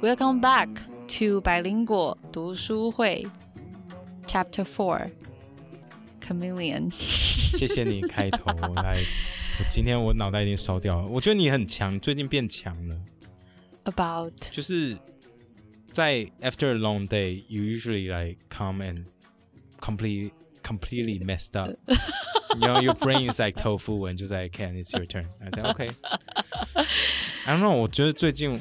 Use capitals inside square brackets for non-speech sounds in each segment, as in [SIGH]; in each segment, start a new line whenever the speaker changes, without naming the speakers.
Welcome back to 百灵果读书会，Chapter Four。Chameleon， [LAUGHS]
谢谢你开头，来，我今天我脑袋已经烧掉了。我觉得你很强，最近变强了。
about
就是在 after a long day, you usually like come and complete completely messed up. you know, your brain is like tofu and just like, Ken, it's your turn. I said, okay. I don't know. 我觉得最近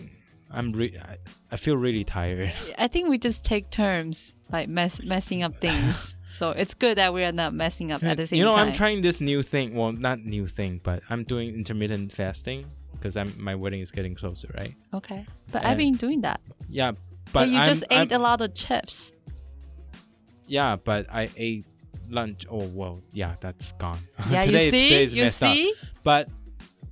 I'm re I, I feel really tired.
I think we just take turns like mess messing up
[SIGHS]
things. so it's good that we are not messing up [LAUGHS] at the same
you know,
time.
I'm trying this new thing. Well, not new thing, but I'm doing intermittent fasting because I'm my wedding is getting closer, right?
Okay, but I've been doing that.
Yeah,
But,
but
you
I'm-
just ate
I'm-
a lot of chips.
Yeah, but I ate lunch. Oh, well, yeah, that's gone. [LAUGHS]
Yeah,
today,
you see,
today is
you
messed
see.
up. But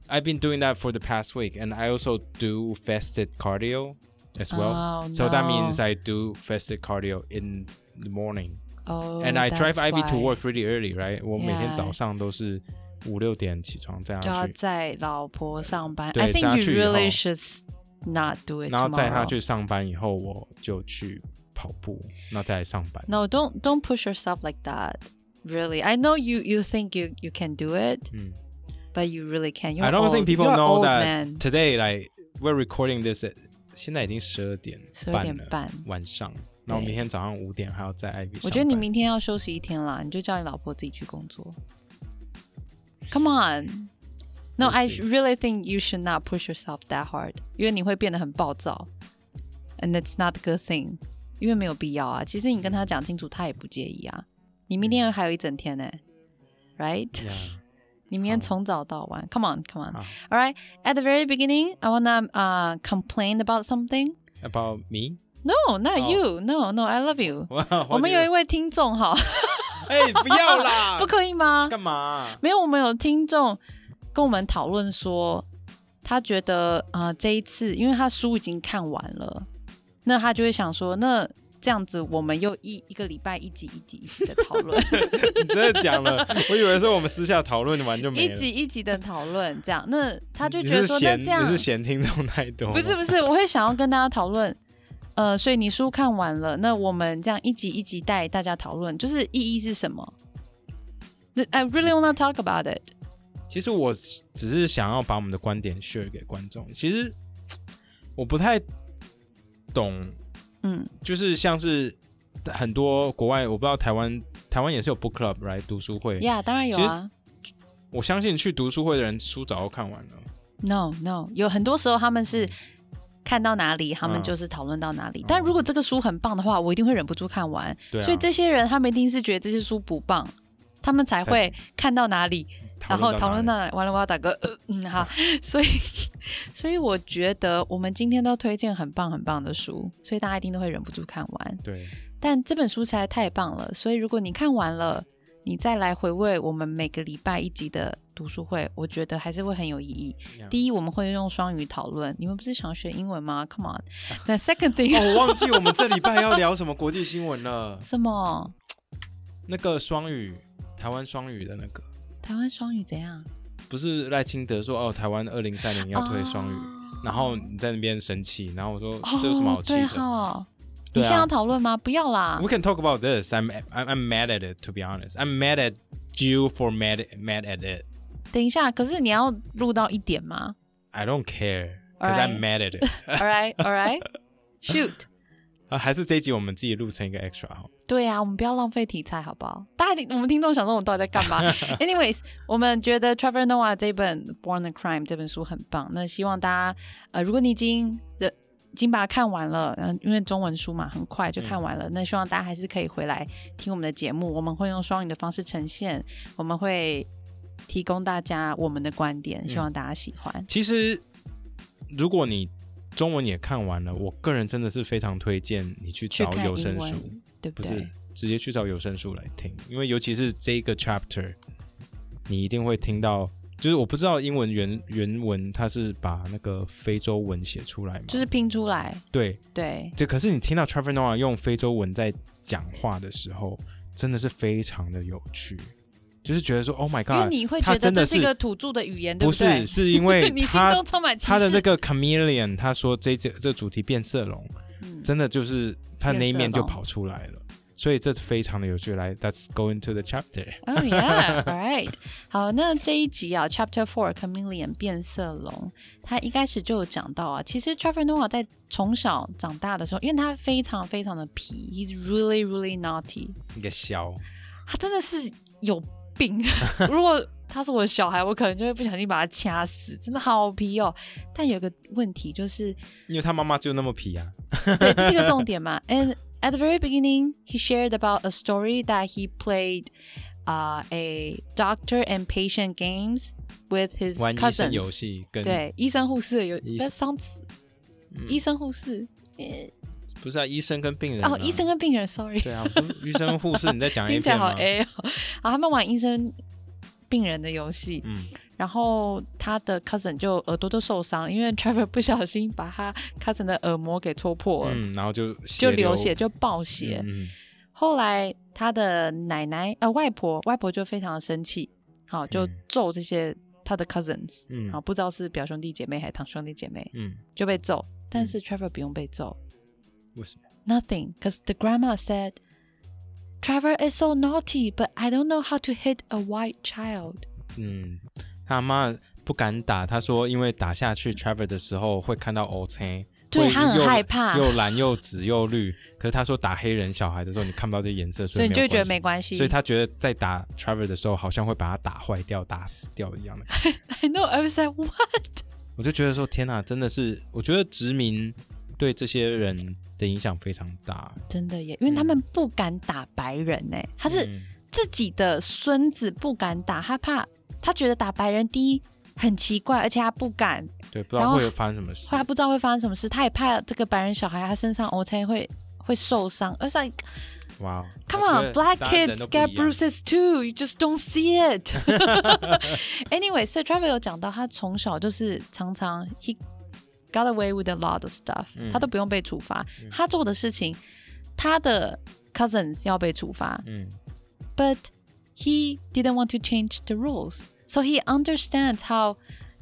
I've been doing that for the past week, and I also do fasted cardio as well.
Oh,
so that
no.
means I do fasted cardio in the morning,
Oh,
and I drive
that's
Ivy to
why
work really early, right? 我每天
Yeah.
早上都是五六点起床这样
就要
去，
在老婆上班。
对
I think
加
you
去以后
really should not do it
然后载她
tomorrow.
去上班以后，我就去跑步，那再来上班。
No, don't don't push yourself like that. Really, I know you you think you you can do it,
嗯。
but you really can't. You're
Hmm. I don't
old.
think people
You're
know
old
that
man.
today like we're recording this at 现在已经十二点半了
12:30
晚上，那我明天早上五点还要在 Ivy 上班。
[LAUGHS] 我觉得你明天要休息一天啦，你就叫你老婆自己去工作。Come on. No, I
We'll see.
really think you should not push yourself that hard，因为你会变得很暴躁，and it's not a good thing，因为没有必要啊。其实你跟他讲清楚，他也不介意啊。你明天还有一整天呢、r i g h t
Yeah.
你明天从早到晚，Come on，Come on。
好
All right, at the very beginning, I wanna uh complain about something.
about me， [LAUGHS]
No, not
哦
you. No, no, I love you.
我
我们有一
一
位听众哈。
哎不要
[LAUGHS]
啦，
不可以吗？
干嘛？
没有，我们有听众跟我们讨论说，他觉得啊、呃这一次因为他书已经看完了，那他就会想说，那这样子我们又一一个礼拜一集一集一集的讨
[LAUGHS]
论，
你真的讲了，我以为是我们私下讨论完就没
一
了。
集一集的讨论，这样，那他就
你
觉得
是
说，那
嫌
这样
你是嫌听众太多，
不是不是，我会想要跟大家讨论。呃，所以你书看完了，那我们这样一集一集带大家讨论，就是意义是什么那？I really want to talk about it。
其实我只是想要把我们的观点 share 给观众。其实我不太懂，
嗯，
就是像是很多国外，我不知道台湾台湾也是有 book club 来读书会。
呀、当然有
其实
啊。
我相信去读书会的人书早就看完了。
No No，有很多时候他们是看到哪里，他们
嗯哦
就是讨论到哪里。但如果这个书很棒的话，我一定会忍不住看完。
对啊，
所以这些人他们一定是觉得这些书不棒，他们才会看到哪里，然后讨论
到啊
到哪里。完了，我要打嗝。呃、嗯，好。所以， [LAUGHS] 所以我觉得我们今天都推荐很棒很棒的书，所以大家一定都会忍不住看完。
对，
但这本书实在太棒了，所以如果你看完了，你再来回味我们每个礼拜一集的读书会，我觉得还是会很有意义。
Yeah
第一，我们会用双语讨论，你们不是想学英文吗？Come on。那 second thing，、。
[LAUGHS] 哦，我忘记我们这礼拜要聊什么国际新闻了
什么？
那个双语，台湾双语的那个，
台湾双语怎样？
不是赖清德说哦，台湾二零三零要推双语，
哦
然后你在那边生气，然后我说这有什么好气
哦对
的？
哈你
对啊
现在要讨论吗？不要啦
We。can talk about this. I'm I'm, I'm mad at it to be honest. I'm mad at you for mad mad at it.
等一下，可是你要录到一点
[LAUGHS]
吗
I don't care because
Alright.
I'm mad at it. [LAUGHS]
？All right, all right, shoot。
啊还是这一集我们自己录成一个 extra 好。
对呀、我们不要浪费题材，好不好？大家听，我们听众想说我们到底在
[LAUGHS]
干嘛？Anyways，我们觉得 Trevor Noah 这本《Born a Crime》这本书很棒。那希望大家，呃，如果你已经的已经把它看完了，嗯、因为中文书嘛，很快就看完了。那希望大家还是可以回来听我们的节目，我们会用双语的方式呈现，我们会提供大家我们的观点，希望大家喜欢。
其实如果你中文也看完了，我个人真的是非常推荐你去
去
找
看
有
英
声书，
文，对不
不是
对？
直接去找有声书来听，因为尤其是这个 chapter，你一定会听到。就是我不知道英文原原文它是把那个非洲文写出来嘛？
就是拼出来，
对，
对，
这可是你听到 Trevor Noah 用非洲文在讲话的时候，真的是非常的有趣。就是觉得说 Oh
因
my
为
God，
你会
他
觉得
真的
这是一
是
个土著的语言，对
不
对？ [LAUGHS]
是，是因为
你心
他
中充满歧视。
他的那个 chameleon，他说这这这主题变色龙，
嗯
真的就是他那一面
变色
就
龙
跑出来了，所以这非常的有趣。来，Let's go into the chapter。
Oh
[LAUGHS]
yeah, right. 好，那这一集啊，Chapter Four Chameleon 变色龙，他一开始就有讲到啊，其实 Trevor Noah 在从小长大的时候，因为他非常非常的皮，He's really really naughty，
一个小
他真的是有病。 [LAUGHS] 如果他是我的小孩，我可能就会不小心把他掐死，真的好皮哦。但有个问题就是，
因为他妈妈就那么皮啊，
[LAUGHS] 对，这是一个重点嘛。And at the very beginning, he shared about a story that he played uh, a doctor and patient games with his
玩医生
cousins.
游戏跟
对，医生护士有
医嗯
that sounds 医生护士
不是啊，医生跟病人、啊、
哦，医生跟病人，sorry，
对啊，我说医生护士你在讲
[LAUGHS]
A
听起来
片
好
吗？
A 哦。 [LAUGHS] 好，他们玩医生病人的游戏，
嗯，
然后他的 cousin 就耳朵都受伤了，因为 Trevor 不小心把他 cousin 的耳膜给戳破了，
嗯，然后就
就
就
流血就爆血。
嗯，
后来他的奶奶呃外婆，外婆就非常的生气，好就
嗯
揍这些他的 cousins，
嗯
好不知道是表兄弟姐妹还是堂兄弟姐妹
嗯，
就被揍，但是 Trevor 不用被揍
为什么？
，nothing because the grandma said Trevor is so naughty but I don't know how to hit a white child。
嗯，他妈不敢打，他说因为打下去 Trevor 的时候会看到 O C，
对他很害怕
[LAUGHS] 又蓝又紫又绿。可是他说打黑人小孩的时候你看不到这颜色，
所以你就会觉得
没
没
有
关
关系
系，
所以他觉得在打 Trevor 的时候，好像会把他打坏掉、打死掉一样的感觉。
I know I was like what？
我就觉得说，天哪，真的是，我觉得殖民对这些人的影响非常大。
真的耶，因为他们不敢打白人呢，他是
嗯
自己的孙子不敢打，他怕他觉得打白人第一很奇怪，而且他不敢，
对，不知
然
道
后
会有发生什么事
他。不知道会发生什么事，他也怕这个白人小孩他身上 OK 会会受伤，而且、like,
哇哦
Come
我觉得
on, black
大家人
kids
都不
get
一样
bruises too. You just don't see it. [LAUGHS] anyway, so Trevor 有讲到他从小就是常常 he got away with a lot of stuff，、他
嗯
都不用被处罚，他做的事情，他的 cousins 要被处罚，
嗯
but he didn't want to change the rules. So he understands how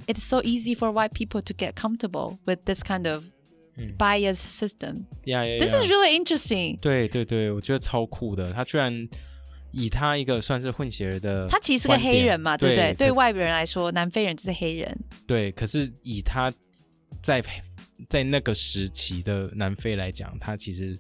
it's so easy for white people to get comfortable with this kind of
Mm.
bias system.
呀呀
This
呀
is really interesting.
对对对，我觉得超酷的。他居然以他一个算是混血儿的观点，
他其实是个黑人嘛，对不对？
对
对
可
外国人来说，南非人就是黑人。
对，可是以他在在那个时期的南非来讲，他其实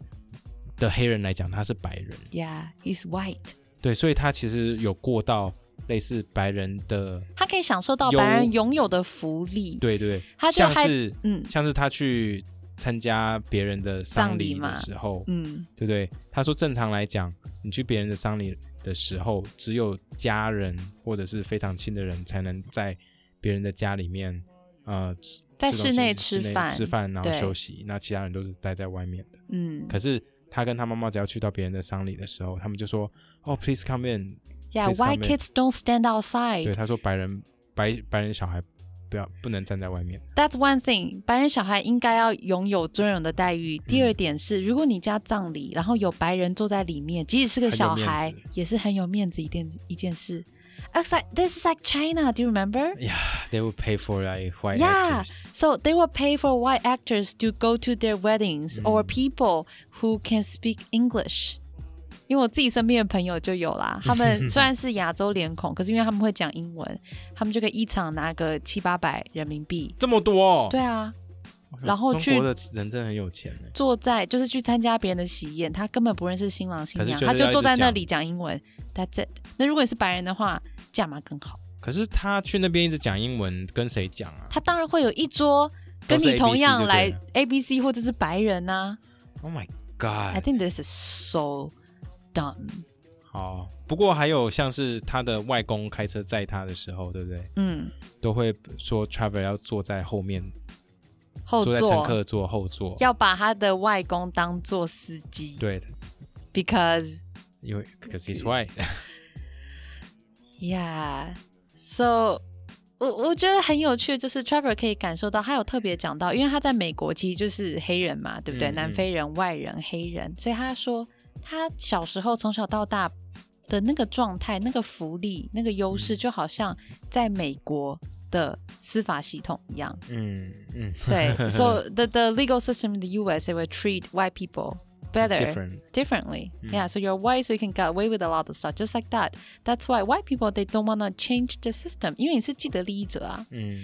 的黑人来讲，他是白人，
Yeah, he's white.
对，所以他其实有过到类似白人的，
他可以享受到
有
白人拥有的福利。
对对，
他就
像
还
是
嗯
像是他去参加别人的丧
丧礼
礼
嘛
的时候，
嗯，
对不对？他说正常来讲，你去别人的丧礼的时候，只有家人或者是非常亲的人才能在别人的家里面，呃，吃
在
吃
室
东西
内
室
吃
内
饭
吃饭然后
对
休息，那其他人都是待在外面的。
嗯
可是他跟他妈妈只要去到别人的丧礼的时候，他们就说：“哦，please come in。
，Yeah,
please
white
come in
kids don't stand
对，
outside.
他说白人白白人小孩不要不能站在外面。
That's one thing. 白人小孩应该要拥有尊荣的待遇。
嗯
第二点是，如果你家葬礼，然后有白人坐在里面，即使是个
很有
小
面
孩
子，
也是很有面子一件一件事。It's like this is like China. Do you remember?
They will pay for like white
Yeah.
actors.
So they will pay for white actors to go to their weddings
Mm.
or people who can speak English. 因为我自己身边的朋友就有啦，他
[LAUGHS]
们虽然是亚洲脸孔，可是因为他们会讲英文，他们就可以一场拿个七八百人民币。
这么多、哦，
对啊，然后去
中国的人真的很有钱呢。
坐在就是去参加别人的喜宴，他根本不认识新郎新
可是
娘，
就是
他
要
就
一直
坐在那里讲英文。That's it。那如果你是白人的话，价码更好。
可是他去那边一直讲英文，跟谁讲啊
他当然会有一桌跟
都是
你
ABC
同样
就对
来
了
A B C 或者是白人呐、
？Oh my
I
god！
think this is so dumb.
好，不过还有像是他的外公开车载他的时候，对不对？
嗯，
都会说 Trevor 要坐在后面，
后
坐在乘
座
客座后座。
要把他的外公当做司机
对的，
，because
因为 because he's white。
yeah, so 我我觉得很有趣，就是 Trevor 可以感受到，他有特别讲到，因为他在美国其实就是黑人嘛，对不对？
嗯嗯
南非人、外人、黑人，所以他说他小时候从小到大的那个状态、那个福利、那个优
嗯
势，就好像在美国的司法系统一
[LAUGHS]
样。
[LAUGHS] 嗯嗯
对，so the the legal system in the U.S. they will treat white people better
，different
differently.
Hmm.
Yeah, so you're white, so you can get away with a lot of stuff, just like that. That's why white people they don't wanna change the system，因为你是既得利益者啊。
嗯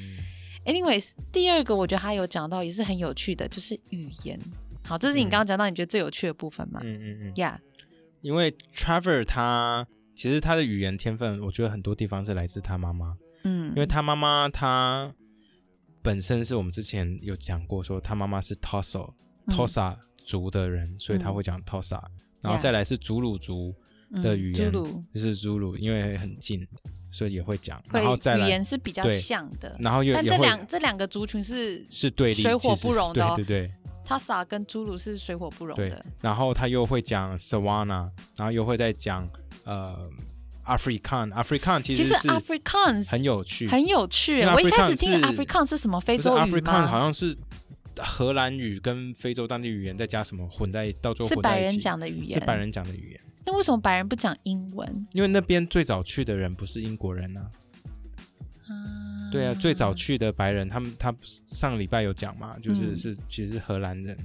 Anyways，第二个我觉得他有讲到也是很有趣的，就是语言。好，这是你刚刚讲到你觉得最有趣的部分嘛
嗯嗯嗯，
？Yeah，
因为 Trevor 他其实他的语言天分，我觉得很多地方是来自他妈妈，
嗯
因，为他妈妈他本身是我们之前有讲过，说他妈妈是 Tosa
嗯
Tosa 族的人，所以他会讲 Tosa，然后
Yeah
再来是祖鲁族的语言
嗯朱鲁
就是 Zulu，因为很近，所以也会讲，然后再
会语
来，
言是比较
对
像的，
然后又
但
也
这
会
两这两个族群是
是对立，
水火
其实
不容的哦
对对对。
Tasa 跟朱鲁是水火不容
对
的。，
然后他又会讲 Savana，然后又会再讲呃 African，African 其
其
实
实
是
Afrikaans
很有趣，
很有趣
因为
欸。我一开始
Afrikaans
听
是
Afrikaans 是什么非
不是
洲语
African
吗？
好像是荷兰语跟非洲当地语言再加什么混在到最后
是
混
白
在一
人
起，
讲的语
是白
言。
人讲的语言，
那为什么白人不讲英文？
因为那边最早去的人不是英国人啊，
嗯
对啊，最早去的白人，他们他上礼拜有讲嘛，就是
嗯
是其实是荷兰人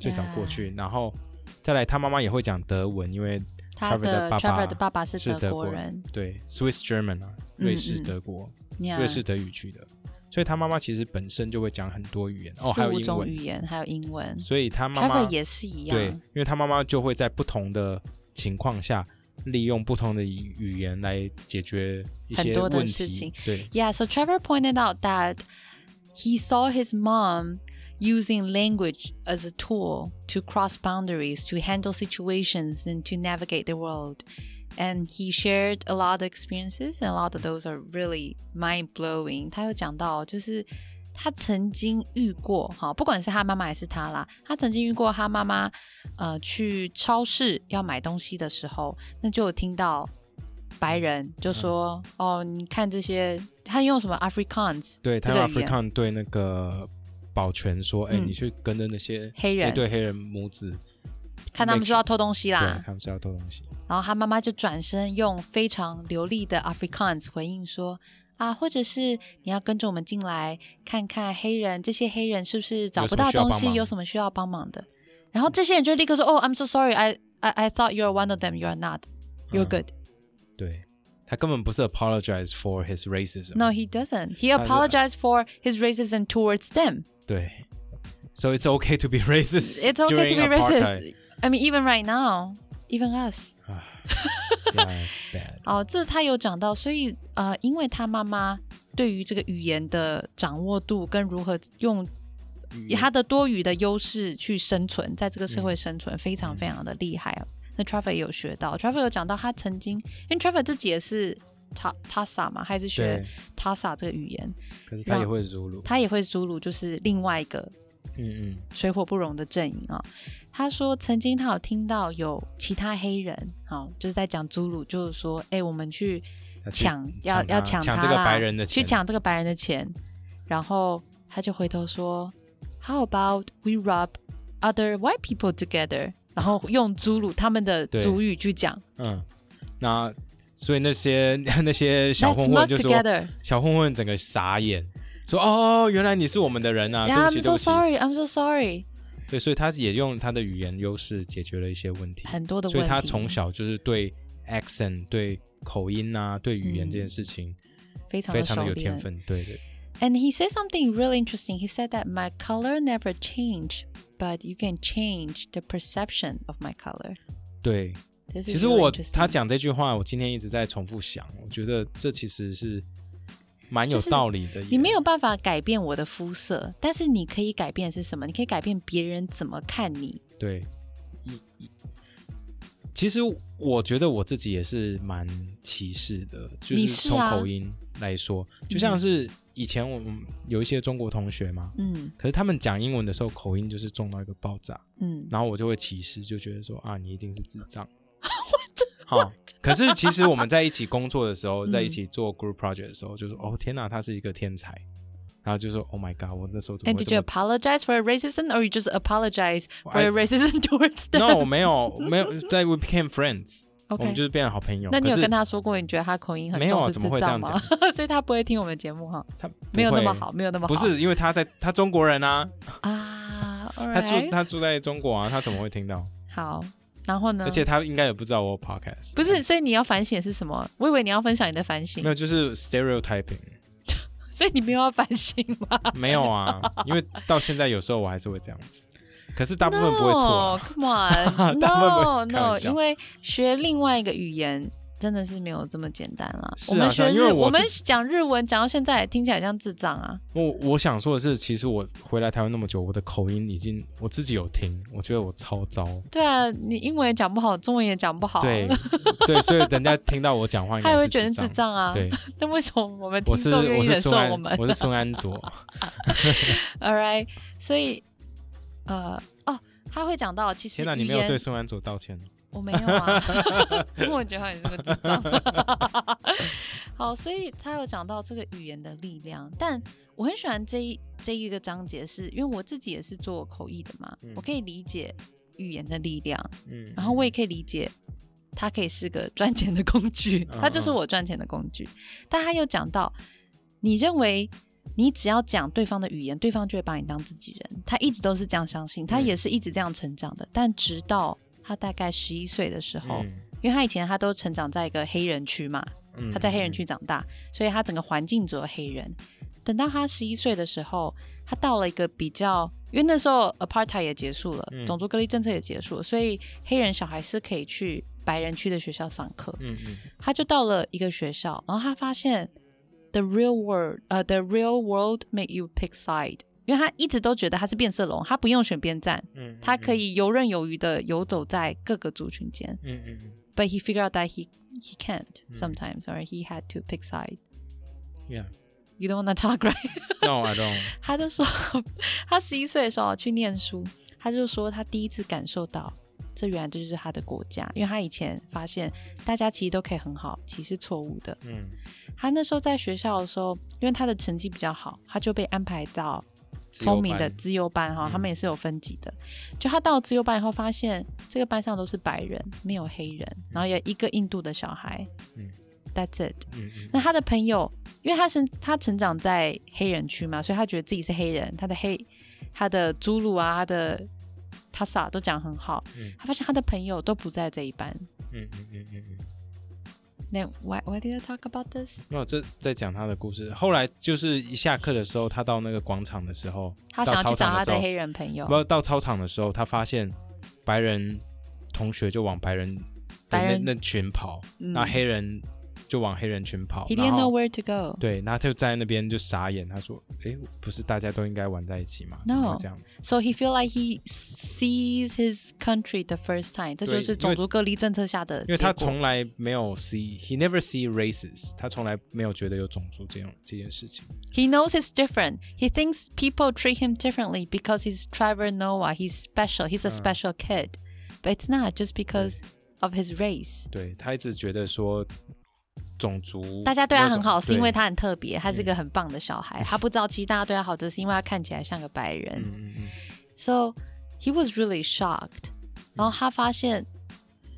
最早过去，然后再来他妈妈也会讲德文，因为
他
Trevor 的
的
爸爸
Trevor 的爸爸是
是德
国
国
人，
对 Swiss German 啊，瑞
嗯
士
嗯
德国。
Yeah，
瑞士德语区的，所以他妈妈其实本身就会讲很多语言哦，
四
还有
五
英
种语
文，
言，还有英文。
所以他妈
Trevor
妈
也是一
对，
样
因，为他妈妈就会在不同的情况下利用不同的语语言来解决一
很
些
多的
问
事
题
情，
对
Yeah, so Trevor pointed out that he saw his mom using language as a tool to cross boundaries, to handle situations, and to navigate the world. And he shared a lot of experiences, and a lot of those are really mind blowing. 他有讲到，就是他曾经遇过，哈，不管是他妈妈还是他啦，他曾经遇过他妈妈，呃，去超市要买东西的时候，那就有听到白人就说：“哦，你看这些，他用什么 Afrikaans
对，他
这
用
个语言
African 对那个保全说，哎，
嗯
你去跟着那些
黑
哎
人，
对黑人母子，
看他们说要偷东西
对
啦。
他们是要偷东西，”
然后他妈妈就转身用非常流利的 Afrikaans 回应说：“啊，或者是你要跟着我们进来，看看黑人这些黑人是不是找不到东西，有
有
什
什
么需要帮忙的。”然后这些人就立刻说：“哦，I'm so sorry, I I I thought you're one of them, you're not, you're
嗯
good.
对他根本不是 apologize for his racism，
No, he doesn't. He
是
apologized for his racism towards them.”
对，so it's okay to be racist，
It's okay to be
during apartheid
racist. I mean, even right now, even us.
啊 yeah, it's
[LAUGHS]
bad.
哦，这他有讲到，所以呃，因为他妈妈对于这个语言的掌握度跟如何用他的多语的优势去生存，在这个社会生存，非常非常的厉害哦。那 Trevor 也有学到，Trevor 有讲到他曾经，因为 Trevor 自己也是 Ta Tasa 嘛，他也是学
对
Tasa 这个语言，
可是他也会辱辱。
他也会祖鲁，就是另外一个
嗯嗯，
水火不容的阵营啊、他说，曾经他有听到有其他黑人，好、就是在讲祖鲁，就是说，哎、我们去
要去
抢，要
他
要抢
抢
他
这个
啦
白人的钱，
去抢这个白人的钱，然后他就回头说，How about we rob other white people together？然后用祖鲁他们的
对
族语去讲
嗯，那所以那些 [LAUGHS] 那些小
，Let's
混
work
混就说，
together。
小混混整个傻眼，说哦，原来你是我们的人啊，对
Yeah,
不起
I'm
对
so
不起。
sorry. I'm so sorry.
对，所以他也用他的语言优势解决了一些问题，
很多的问
所
题。
以他从小就是对 accent、对口音啊、对语言
嗯
这件事情
非嗯常
非
的
常的有
熟练
天分。对对，
And he said something really interesting. He said that my color never changed, but you can change the perception of my color.
对，
This is
其实
really
我
interesting.
他讲这句话，我今天一直在重复想，我觉得这其实是蛮有
就是
道理的耶。
你没有办法改变我的肤色，但是你可以改变的是什么？你可以改变别人怎么看你。
对，一一其实我觉得我自己也是蛮歧视的，就
你
是
是
从
啊
口音来说，就像是以前我们有一些中国同学嘛，
嗯
可是他们讲英文的时候口音就是重到一个爆炸，
嗯，
然后我就会歧视，就觉得说啊，你一定是智
[LAUGHS]
障。好，可是其实我们在一起工作的时
嗯
候，在一起做 group project 的时候，就说哦天哪，他是一个天才，然后就说 Oh my god，我那时候怎么
And
会
did
这
you
么 [LAUGHS]
apologize for your racism, or you just apologize for
I-
your racism [LAUGHS] towards them?
No，我没有，没有。That we became friends. 我们
OK，
就是变成好朋友。
那你
可
有
是
跟他说过你觉得他口音很
没有
重
啊
是
怎么
智
会这
障
样
吗？ [LAUGHS] 所以他不会听我们节目哈，
他
没有那么
不会
好，没有那么好。
不是因为他在他中国人啊，
[LAUGHS] 啊，all
他住
right，嗯
他住在中国啊，他怎么会听到？
好，然后呢
而？且他应该也不知道我有 podcast，
不是，所以你要反省的是什么？我以为你要分享你的反省
没，有就是 stereotyping，
所以你没有要反省吗？
没有啊，因为到现在有时候我还是会这样子，可是大部分不会错啊、
No, Come on, [LAUGHS]
[LAUGHS] 大部
no
分不会开
no，
玩笑
因为学另外一个语言真的是没有这么简单啦。
是啊
我们
是啊
学日，
因为我
我们
自
讲日文讲到现在，听起来像智障啊。
我我想说的是，其实我回来台湾那么久，我的口音已经我自己有听，我觉得我超糟。
对啊，你英文也讲不好，中文也讲不好，
对对，所以人家听到我讲话，
[LAUGHS]
应
他
该
也
是
会觉得是智
智障。
障 [LAUGHS] 啊。
对，
那为什么我们听
我是
众愿
我
意
是
忍受
孙安
我们，
我是孙安卓，
[LAUGHS] ？All right，所以呃哦，他会讲到其实
天哪，
语
你没有
言
对孙安卓道歉哦
我没有啊，因为我觉得你是个智障。 [LAUGHS] 好，所以他有讲到这个语言的力量，但我很喜欢这一这一个章节是，因为我自己也是做口译的嘛，
嗯
我可以理解语言的力量，
嗯，
然后我也可以理解它可以是个赚钱的工具，
嗯
它就是我赚钱的工具。但他又讲到，你认为你只要讲对方的语言，对方就会把你当自己人。他一直都是这样相信，他
嗯
也是一直这样成长的。但直到他大概十一岁的时候，
嗯
因为他以前他都成长在一个黑人区嘛，
嗯
他在黑人区长大，所以他整个环境只有黑人。等到他十一岁的时候，他到了一个比较，因为那时候 apartheid 也结束了，
嗯
种族隔离政策也结束了，所以黑人小孩是可以去白人区的学校上课。
嗯嗯
他就到了一个学校，然后他发现 the real world，呃、t h e real world make you pick side，因为他一直都觉得他是变色龙，他不用选边站，
嗯，
他可以游刃有余的游走在各个族群间。
嗯嗯嗯
but he figured out that he he can't sometimes or he had to pick side.
，Yeah。
You don't want to talk right？ [LAUGHS]
No, I don't.
他就说， [LAUGHS] 他十一岁的时候去念书，他就说他第一次感受到，这原来这就是他的国家，因为他以前发现大家其实都可以很好，其实是错误的。
嗯，
他那时候在学校的时候，因为他的成绩比较好，他就被安排到
自由班
聪明的资优班哈，
嗯
他们也是有分级的。就他到了资优班以后，发现这个班上都是白人，没有黑人，然后有一个印度的小孩。
嗯
That's it。
嗯嗯
那他的朋友，因为他成他成长在黑人区嘛，所以他觉得自己是黑人，他的黑他的祖鲁啊，他的他啥都讲很好。
嗯
他发现他的朋友都不在这一班。
嗯嗯嗯嗯嗯。
那 why why did I talk about this？
那我这在讲他的故事。后来就是一下课的时候，他到那个广场的时候，
他想要
到
去
操
找
场
他
的时
的
候，
黑人哦朋友。
不到操场的时候，他发现白人同学就往白人的
白人嗯
那那群跑，那、黑人就往黑人群跑，
He
然
didn't
后
know where to go.
对，那他就站在那边就傻眼，他说：“诶，不是大家都应该玩在一起吗
No
怎么会这样子
So he feel like he sees his country the first time. 这就是种族隔离政策下的结果。
因为他从来没有 see he never see races，他从来没有觉得有种族这样这件事情。
he knows he's different. He thinks people treat him differently because he's Trevor Noah. He's special. He's
Ah.
a special kid. But it's not just because of his race.
对他一直觉得说种族
大家对他
那种
很好，是因为
对
他很特别，他是一个很棒的小孩。他不知道，其实大家对他好，只是因为他看起来像个白人。
嗯嗯
So he was really shocked.
Mm.
然后他发现，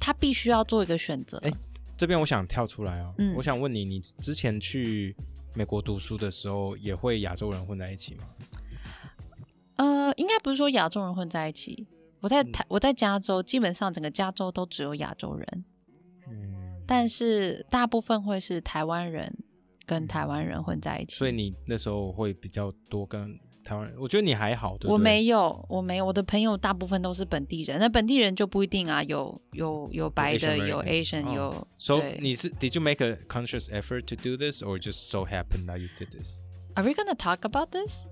他必须要做一个选择。
哎这边我想跳出来哦，
嗯
我想问你，你之前去美国读书的时候，也会亚洲人混在一起吗？
呃，应该不是说亚洲人混在一起。我在台，
Mm.
我在加州，基本上整个加州都只有亚洲人，
嗯，
但是大部分会是台湾人跟台湾人混在一起。
嗯所以你那时候会比较多跟台湾人，我觉得你还好，对不对
我没有，我没有，我的朋友大部分都是本地人，那本地人就不一定啊，有有有白的，
Asian
有
American，
Asian，、
哦
有
So
对
你是 Did you make a conscious effort to do this, or just so happened that you did this?
Are we gonna talk about this?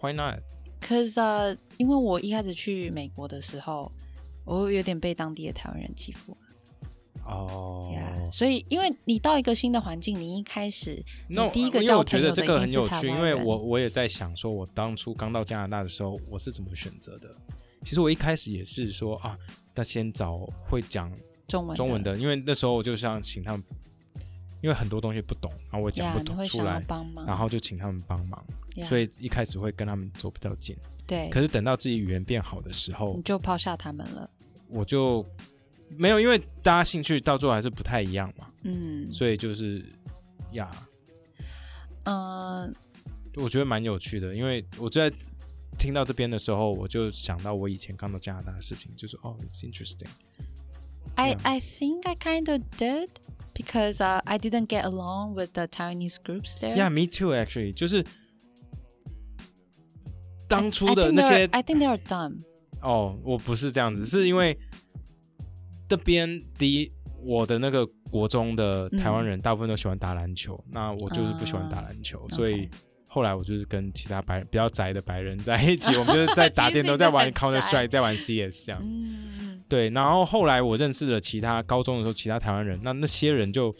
Why not?
Cause 呃、因为我一开始去美国的时候，我有点被当地的台湾人欺负。
哦、
Yeah，所以因为你到一个新的环境，你一开始你
No，
第一个
因为
交
我觉
朋
得
友
这
的
个
一定
很
是
有
台
趣，因
湾
为
人。
我我也在想，说我当初刚到加拿大的时候，我是怎么选择的？其实我一开始也是说啊，那先找会讲
中文
中文的，因为那时候我就想请他们，因为很多东西不懂，然后我也讲
呀，
不
你
懂
会
出
想要
来，
帮忙，
然后就请他们帮忙，
呀
所以一开始会跟他们走比较近。
对，嗯
可是等到自己语言变好的时候
你，就抛下他们了。
我就没有，因为大家兴趣到最后还是不太一样嘛，
嗯
所以就是呀
嗯
我觉得蛮有趣的，因为我在听到这边的时候，我就想到我以前刚到加拿大的事情，就是哦，it's interesting。
I
Yeah.
I think I kind of did because uh, I didn't get along with the Chinese groups there.
Yeah, me too. Actually，就是
I-
当初
I
的
think
那
they
些
are- I think they are dumb.
哦，我不是这样子，是因为这边第一，我的那个国中的台
嗯
湾人大部分都喜欢打篮球，那我就是不喜欢打篮球，所以
啊 OK
后来我就是跟其他白人比较宅的白人在一起，我们就是在
[LAUGHS]
打
其实
电
你
动，
们
在玩
很
Counter
宅
Strike，在玩 CS 这样。
嗯
对，然后后来我认识了其他高中的时候，其他台湾人，那那些人就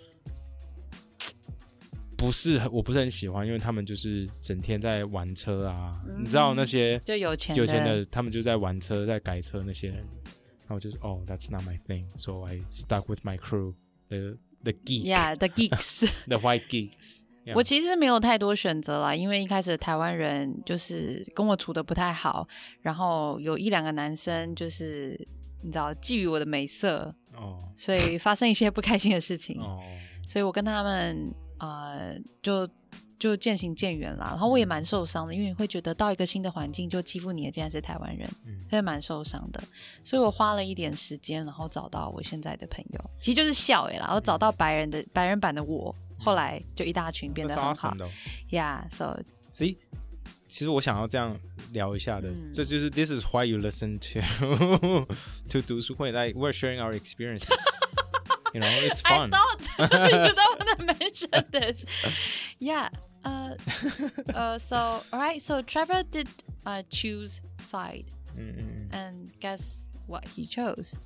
不是很我不是很喜欢，因为他们就是整天在玩车啊，
嗯
你知道那些
就有钱
有钱的，他们就在玩车，在改车那些人，然后就是哦、t h a t s not my thing，so I stuck with my crew，the the geek，the
，Yeah, the geeks.
white geeks，Yeah.
我其实没有太多选择啦，因为一开始台湾人就是跟我处的不太好，然后有一两个男生就是你知道觊觎我的美色，
哦
所以发生一些不开心的事情，
哦，
所以我跟他们呃就就渐行渐远啦。然后我
嗯
也蛮受伤的，因为你会觉得到一个新的环境就欺负你的竟然是台湾人，
嗯
所以蛮受伤的。所以我花了一点时间，然后找到我现在的朋友，其实就是笑诶、啦，然后找
嗯
到白人的白人版的我。后来就一大群变得
That's
很好
awesome 的。
，Yeah，so
See，其实我想要这样聊一下的，
嗯
这就是 This is why you listen to [LAUGHS] to 读书会，like we're sharing our experiences 。You know,
[LAUGHS]
it's
I
fun.
thought you don't want to mention this. Yeah. Uh, [LAUGHS] uh, so, all right. So Trevor did uh, choose side,
嗯嗯嗯
and guess what he chose?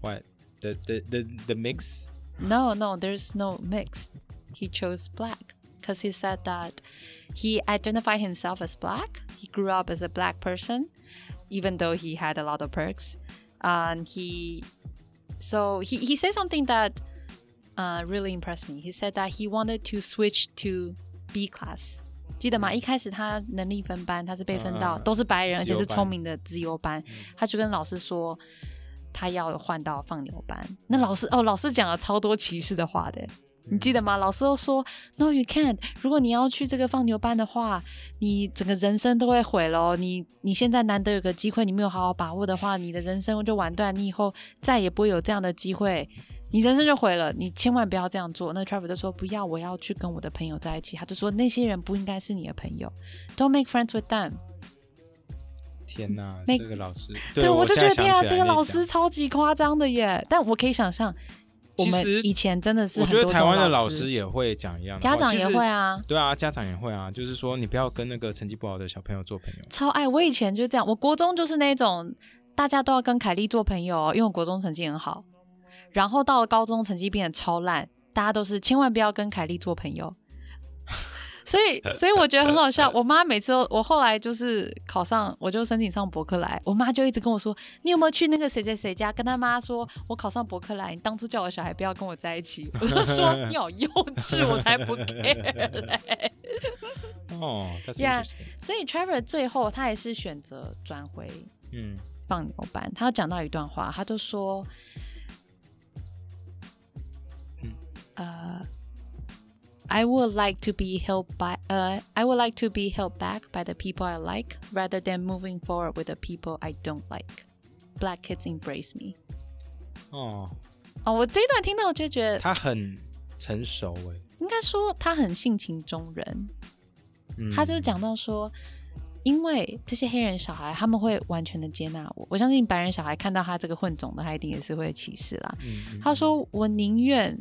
，What the the the the mix?
No, no, there's no mix. He chose black because he said that he identified himself as black. He grew up as a black person, even though he had a lot of perks. And he, so he, he said something that uh, really impressed me. He said that he wanted to switch to B class. 记得吗？一开始他能力分班，他是被分到、
嗯
都是白人，而且
自由
是
班嗯
聪明的自由班，他就跟老师说他要换到放牛班。
嗯
那老师哦，老师讲了超多歧视的话的，你记得吗？老师都说 “No, you can't”。如果你要去这个放牛班的话，你整个人生都会毁喽。你你现在难得有个机会，你没有好好把握的话，你的人生就完蛋，你以后再也不会有这样的机会。你人生就毁了，你千万不要这样做。那 Trevor 就说不要，我要去跟我的朋友在一起。他就说那些人不应该是你的朋友，Don't make friends with them。
天哪，
Make-
这个老师，
对，我就觉
现在
得
想
天啊，
起来
这个
那
老
讲
师超级夸张的耶！但我可以想象，我
其
们
实
以前真的是
我
很
觉得
多
台
种
湾的
老
老
师
师也会讲一样的
家
话，
长
其
也
实
会。啊，
对啊，家长也会啊，就是说你不要跟那个成绩不好的小朋友做朋友。
超爱。我以前就这样，我国中就是那种大家都要跟凯莉做朋友哦，因为我国中成绩很好，然后到了高中成绩变得超烂，大家都是千万不要跟凯莉做朋友。 [LAUGHS] 所以，所以我觉得很好笑。我妈每次都，我后来就是考上，我就申请上伯克莱，我妈就一直跟我说：“你有没有去那个谁谁谁家跟他妈说，我考上伯克莱，你当初叫我小孩不要跟我在一起。” [LAUGHS] 我就说：“你好幼稚，我才不 care 嘞。”
哦，That's
Yeah [LAUGHS]
interesting。
所以 Trevor 最后他也是选择转回
嗯
放牛班。他讲到一段话，他就说，
嗯
呃。I would like to be held by, uh, I would like to be held back by the people I like, rather than moving forward with the people I don't like. Black kids embrace me.
哦，
哦，我这一段听到我就觉得，
他很成熟哎。
应该说他很性情中人，
嗯
他就是讲到说，因为这些黑人小孩他们会完全的接纳我，我相信白人小孩看到他这个混种的，他一定也是会歧视啦。
嗯
他说：“我宁愿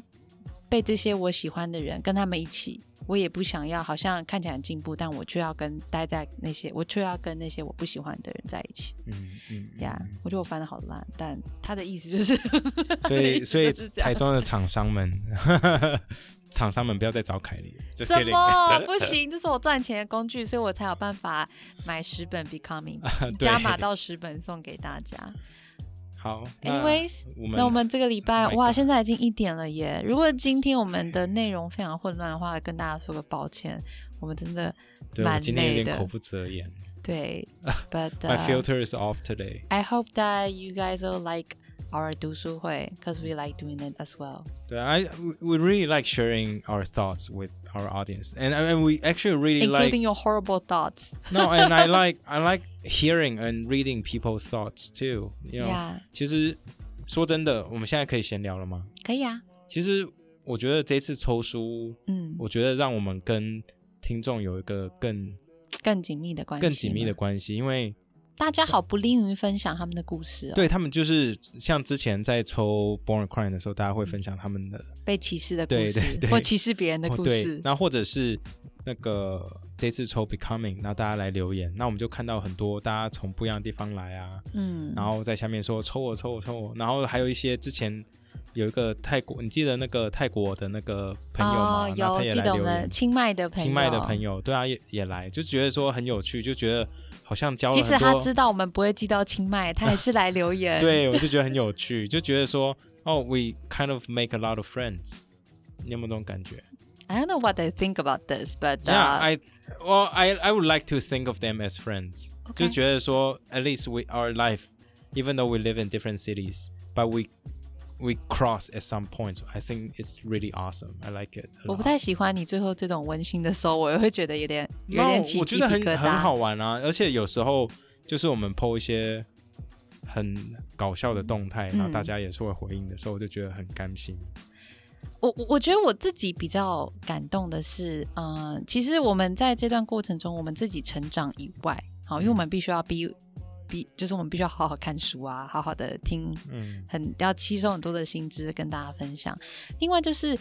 被这些我喜欢的人跟他们一起，我也不想要好像看起来很进步，但我却要跟待在那些，我却要跟那些我不喜欢的人在一起。
嗯嗯嗯
呀、我觉得我翻的好烂，但他的意思就是，他
所
的意
以，
思
所以
就是这样
台中的厂商们， [LAUGHS] 厂商们不要再找凯莉了。Just
[LAUGHS] 什
kidding
么不行？这是我赚钱的工具，所以我才有办法买十本 Becoming，
[LAUGHS] 对
加码到十本送给大家。
好
Anyways，
[LAUGHS] 那我们
那我们这个礼拜
Oh my
哇，
God
现在已经一点了耶！如果今天我们的内容非常混乱的话，跟大家说个抱歉，我们真的
对我
蛮
今天
累
有点口
的。
不择言。
对，But、
[LAUGHS] My
uh,
filter is off today.
I hope that you guys will like our 读书会，cause we like doing it as well.
I we- we really like sharing our thoughts with our audience, and and we actually really
Including
like
your horrible thoughts.
no,
[LAUGHS]
and I like I like hearing and reading people's thoughts too. You know,
Yeah.
其实说真的，我们现在可以闲聊了吗？
可以啊，
其实我觉得这次抽书，
嗯，
我觉得让我们跟听众有一个更
更紧密的关系，
更紧密的。关系，因为
大家好，不吝于分享他们的故事哦，
对他们就是像之前在抽 Born Crime 的时候，大家会分享他们的
被歧视的故
对
事，
对对
或歧视别人的
哦，
嗯故
对
事，，
那或者是那个这次抽 Becoming，那大家来留言，那我们就看到很多大家从不一样的地方来啊，
嗯，
然后在下面说抽我抽我抽我，然后还有一些之前有一个泰国，你记得那个泰国的那个朋友吗？
哦、
那他
有
也
记
来
得我
留
们
言，
清迈的朋友，
清迈的朋，友，对啊，也也来，就觉得说很有趣，就觉得好像交了
即使
很
他
多，
知道我们不会寄到清迈，他也是来留言，，
[LAUGHS] 对我就觉得很有趣，就觉得说 [LAUGHS] 哦，we kind of make a lot of friends，你有没有这种感觉？
I don't know what they think about this, but uh,
Yeah, I well, I I would like to think of them as friends.
Okay.
就觉得说，at least we our life, even though we live in different cities, but we we cross at some points. I think it's really awesome. I like it. a
我不
lot.
太喜欢你最后这种温馨的收尾，我会觉得有点有
No，
点起
我
鸡
觉
皮
得很
疙
很好
瘩。
玩啊，而且有时候就是我们 PO 一些很搞笑的动态，然后大家也是会回应的时候，我就觉得很甘心。
我我我觉得我自己比较感动的是，嗯、呃，其实我们在这段过程中，我们自己成长以外，好，
嗯
因为我们必须要逼逼，就是我们必须要好好看书啊，好好的听
嗯，
很要吸收很多的新知跟大家分享。另外就是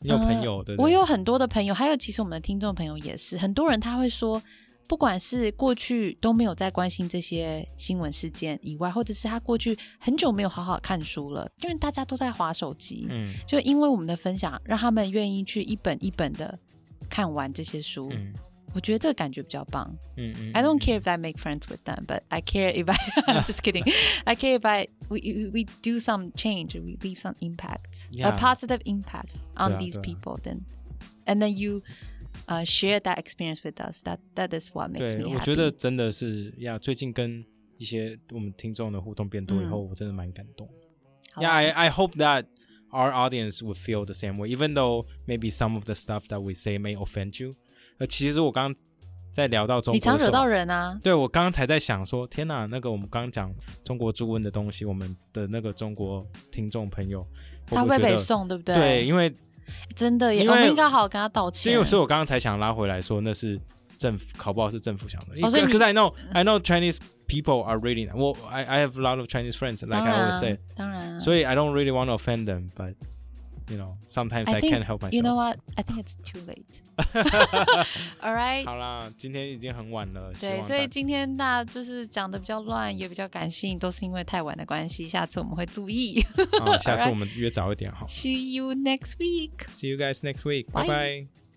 你有
呃
朋友对不
我
对？
有很多的朋友，还有其实我们的听众朋友也是，很多人他会说，不管是过去都没有在关心这些新闻事件以外，或者是他过去很久没有好好看书了，因为大家都在划手机，
嗯
就因为我们的分享，让他们愿意去一本一本的看完这些书。
嗯
我觉得这个感觉比较棒。
嗯嗯
I don't care if I make friends with them, but I care if I. [LAUGHS]
[LAUGHS]
I'm just kidding. I care if I we we- we do some change, we leave some impact,
Yeah.
a positive impact on
Yeah,
these
yeah.
people. Then, and then you, uh, share that experience with us. That that is what makes
对，
me
我觉得
happy.
真的是呀，最近跟一些我们听众的互动变多以后，我真的蛮感动。
嗯好啊
Yeah,
吧
I, I hope that our audience would feel the same way, even though maybe some of the stuff that we say may offend you. 呃，其实我刚在聊到中
你
国
常
的时
惹到
候，
人啊，
对我刚刚才在想说，天哪，那个我们刚刚讲中国猪瘟的东西，我们的那个中国听众朋友，
他会
会不会
被
觉得？
送，对不对？
对，，因为
真的耶，
因
我
为
们应该好好跟他道
因
歉。
为有时候我刚刚才想拉回来说，那是政府，考不好是政府想的。
哦所以你
Because I know I know Chinese people are really well. I I have a lot of Chinese friends,
当
like
然
I
啊
always say.
当然啊。
So I don't really want to offend them, but you know sometimes I,
I think
can't help myself.
you know what? I think it's too
[LAUGHS]
late. [LAUGHS] All right.
好啦，今天已经很晚了，希
对，
望
所以
大
今天大家就是讲的比较乱，也比较感性，都是因为太晚的关系。下次我们会注意。 [LAUGHS]
啊，下次我们约早一点好。
See you next week.
See you guys next week. Bye
Bye
bye.